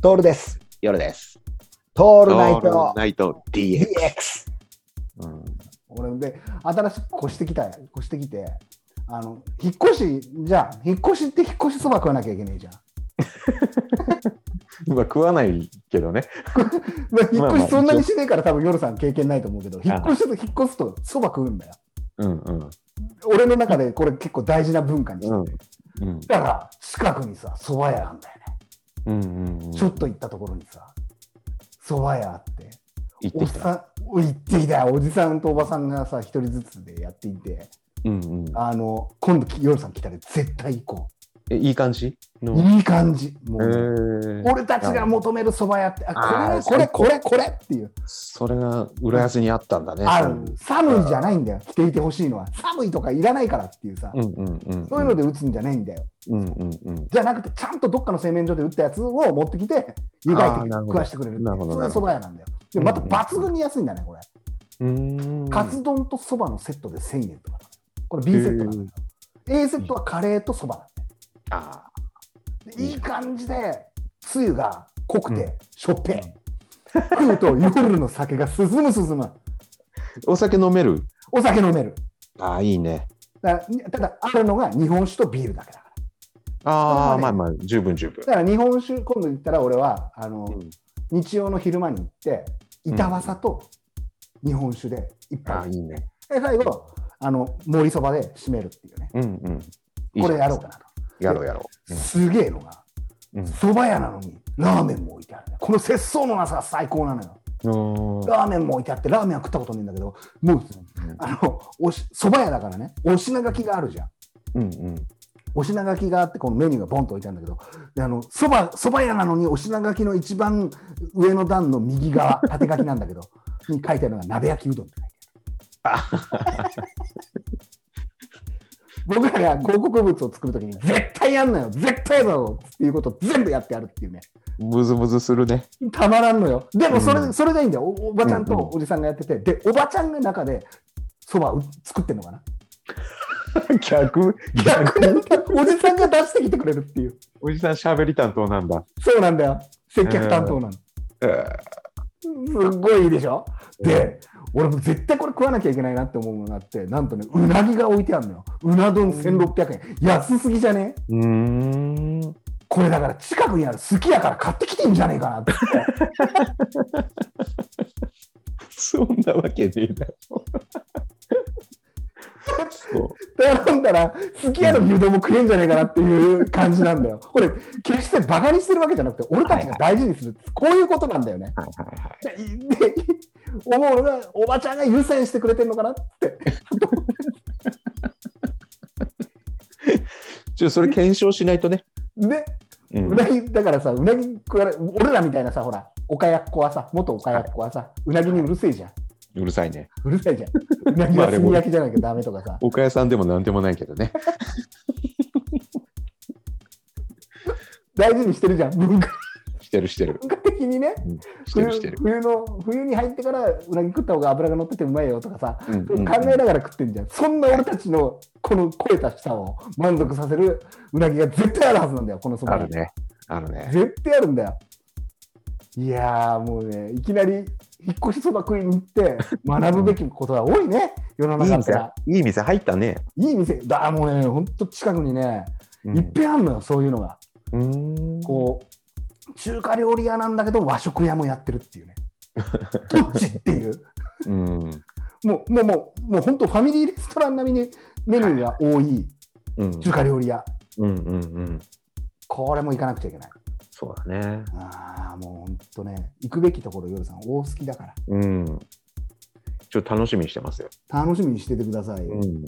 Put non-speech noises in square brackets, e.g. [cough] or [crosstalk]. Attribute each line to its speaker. Speaker 1: トールです。
Speaker 2: 夜です。
Speaker 1: ト
Speaker 2: オ
Speaker 1: ールナイト
Speaker 2: ナイト DX。
Speaker 1: DX。
Speaker 2: うん
Speaker 1: 俺で、新しく越してきた、越してきて、あの、引っ越し、じゃあ、引っ越しって引っ越しそば食わなきゃいけないじゃん。
Speaker 2: まあ食わないけどね。
Speaker 1: まあ、引
Speaker 2: まあ
Speaker 1: っ
Speaker 2: まあ
Speaker 1: 越しそんなにしねえから多分夜さん経験ないと思うけど、引
Speaker 2: あ
Speaker 1: っ越しと引っ越すとそば食うんだよ。
Speaker 2: うんうん
Speaker 1: 俺の中でこれ結構大事な文化にしてて。
Speaker 2: うんうん
Speaker 1: だから、近くにさ、蕎麦屋なんだよね。
Speaker 2: うんうんうん。
Speaker 1: ちょっと行ったところにさ、蕎麦屋あって、
Speaker 2: 行っ
Speaker 1: お
Speaker 2: て
Speaker 1: っ
Speaker 2: きた。
Speaker 1: さん、お行ってきたよおじさんとおばさんがさ、一人ずつでやっていて、
Speaker 2: うんうん。
Speaker 1: あの、今度き夜さん来たら絶対行こ
Speaker 2: えいい感じの。
Speaker 1: う。いい感じ。も
Speaker 2: へ
Speaker 1: う、
Speaker 2: ー
Speaker 1: 俺たちが求める蕎麦屋って、
Speaker 2: あ
Speaker 1: あ、
Speaker 2: ー
Speaker 1: これだ、
Speaker 2: 最
Speaker 1: こ
Speaker 2: 高
Speaker 1: れ、これ、これっていう。
Speaker 2: それが浦安にあったんだね。
Speaker 1: ある。寒いじゃないんだよ。着ていてほしいのは。寒いとかいらないからっていうさ
Speaker 2: う。んうんうん。
Speaker 1: そういうので打つんじゃないんだよ。
Speaker 2: うんうんうん。
Speaker 1: じゃなくて、ちゃんとどっかの製麺所で打ったやつを持ってきて、湯がい
Speaker 2: あー
Speaker 1: て
Speaker 2: なるほ
Speaker 1: 食
Speaker 2: ど
Speaker 1: わしてくれるっていう
Speaker 2: なるほど
Speaker 1: そういう蕎麦屋なんだよ。で、また抜群に安いんだね、これ。
Speaker 2: うーん。
Speaker 1: カツ丼と蕎麦のセットで1000円とか。これ B セットなんだよ。A セットはカレーと蕎麦なんだよ
Speaker 2: あ
Speaker 1: でいい感じで、つゆが濃くて、しょっぺ。食うと夜の酒が進む進む。
Speaker 2: ーお酒飲める
Speaker 1: お酒飲める。
Speaker 2: ああ、いいね。
Speaker 1: だからただ、あるのが日本酒とビールだけだか
Speaker 2: ああ、
Speaker 1: そ
Speaker 2: ま
Speaker 1: れま
Speaker 2: あ
Speaker 1: で
Speaker 2: まあ、十分十分
Speaker 1: ら。。だから日本酒、今度行ったら俺は、あの、
Speaker 2: うん
Speaker 1: 日曜の昼間に行って、板わさと日本酒で一
Speaker 2: ああ、
Speaker 1: 杯
Speaker 2: い。いね。
Speaker 1: で最後、あの、盛りそばで締めるっていうね。
Speaker 2: うんうん。いいじゃん
Speaker 1: これやろうかなと。
Speaker 2: やろうやろう。
Speaker 1: すげえのが、
Speaker 2: うん
Speaker 1: そば屋なのにラーメンも置いてあるね。この節操のなさが最高なのよ。
Speaker 2: うん
Speaker 1: ラーメンも置いてあってラーメンは食ったことないんだけどもうあのおし蕎麦屋だからねお品書きがあるじゃん
Speaker 2: うんうん。
Speaker 1: お品書きがあってこのメニューがボンと置いてあるんだけどであの蕎麦蕎麦屋なのにお品書きの一番上の段の右側縦書きなんだけどに書いてあるのが鍋焼きうどんって書いてある僕らが広告物を作るときに絶対やんなよ絶対だろっていうことを全部やってやるっていうね
Speaker 2: むずむずするね。
Speaker 1: たまらんのよ。でもそれ、
Speaker 2: うん
Speaker 1: それでいいんだよ。おおばちゃん
Speaker 2: うんうん
Speaker 1: とおじさんがやってて、で、おばちゃんが中で、そば作ってんのかな。
Speaker 2: 逆
Speaker 1: [laughs] 逆におじさんが出してきてくれるっていう。
Speaker 2: おじさんしゃべり担当なんだ。
Speaker 1: そうなんだよ。接客担当なの。すっごいいいでしょ。で、俺も絶対これ食わなきゃいけないなって思うのがあって、なんとね、うなぎが置いてあるのよ。うな丼1600円。安すぎじゃね
Speaker 2: うーん。
Speaker 1: これだから近くにある好きやから買ってきてんじゃねえかなって。
Speaker 2: そんなわけねえだろ。そ
Speaker 1: 頼んだら、すき家の牛丼も食えんじゃねえかなっていう感じなんだよ。これ、決してバカにしてるわけじゃなくて、俺たちが大事にする、こういうことなんだよね。
Speaker 2: う。はいはいはい。
Speaker 1: で、で思うのが、おばちゃんが優先してくれてるのかなって。
Speaker 2: ちょそれ検証しないとね。
Speaker 1: で、
Speaker 2: うん
Speaker 1: うなぎ、だからさ、うなぎ食われ、俺らみたいなさ、ほら、岡やっ子はさ、元岡やっ子はさ、うなぎにうるせえじゃん。
Speaker 2: うるさいね。
Speaker 1: うるさいじゃん。うなぎは炭焼きじゃなきゃダメとかさ。
Speaker 2: 岡屋さんでもなんでもないけどね。
Speaker 1: 大事にしてるじゃん。文化
Speaker 2: してるしてる。
Speaker 1: 的にね。
Speaker 2: して
Speaker 1: 冬
Speaker 2: るしてる。
Speaker 1: 冬の冬に入ってからうなぎ食った方が脂が乗っててうまいよとかさ、
Speaker 2: うん
Speaker 1: 考えながら食ってんじゃんそんな俺たちのこの肥えた舌を満足させるうなぎが絶対あるはずなんだよこのそば
Speaker 2: あ
Speaker 1: に
Speaker 2: るね。あるね。
Speaker 1: 絶対あるんだよいやーもうねいきなり引っ越しそば食いに行って学ぶべきことが多いね世の
Speaker 2: いい
Speaker 1: 中って
Speaker 2: 店
Speaker 1: のは、
Speaker 2: いい店入ったね。
Speaker 1: いい店だもうねほんと近くにね、
Speaker 2: う
Speaker 1: いっぺんあんのよそういうのが
Speaker 2: ん。
Speaker 1: こう中華料理屋なんだけど和食屋もやってるっていう [laughs] ねどっちっていう
Speaker 2: うん。
Speaker 1: もう、もう、もう、もう本当ファミリーレストラン並みにメニューが多い
Speaker 2: うん。
Speaker 1: 中華料理屋。
Speaker 2: うんうんうん。
Speaker 1: これも行かなくちゃいけない。
Speaker 2: そうだね。
Speaker 1: ああ、もう本当ね、行くべきところ、夜さん、大好きだから。
Speaker 2: うん。ちょっと楽しみにしてますよ。
Speaker 1: 楽しみにしててくださいよ。
Speaker 2: うん。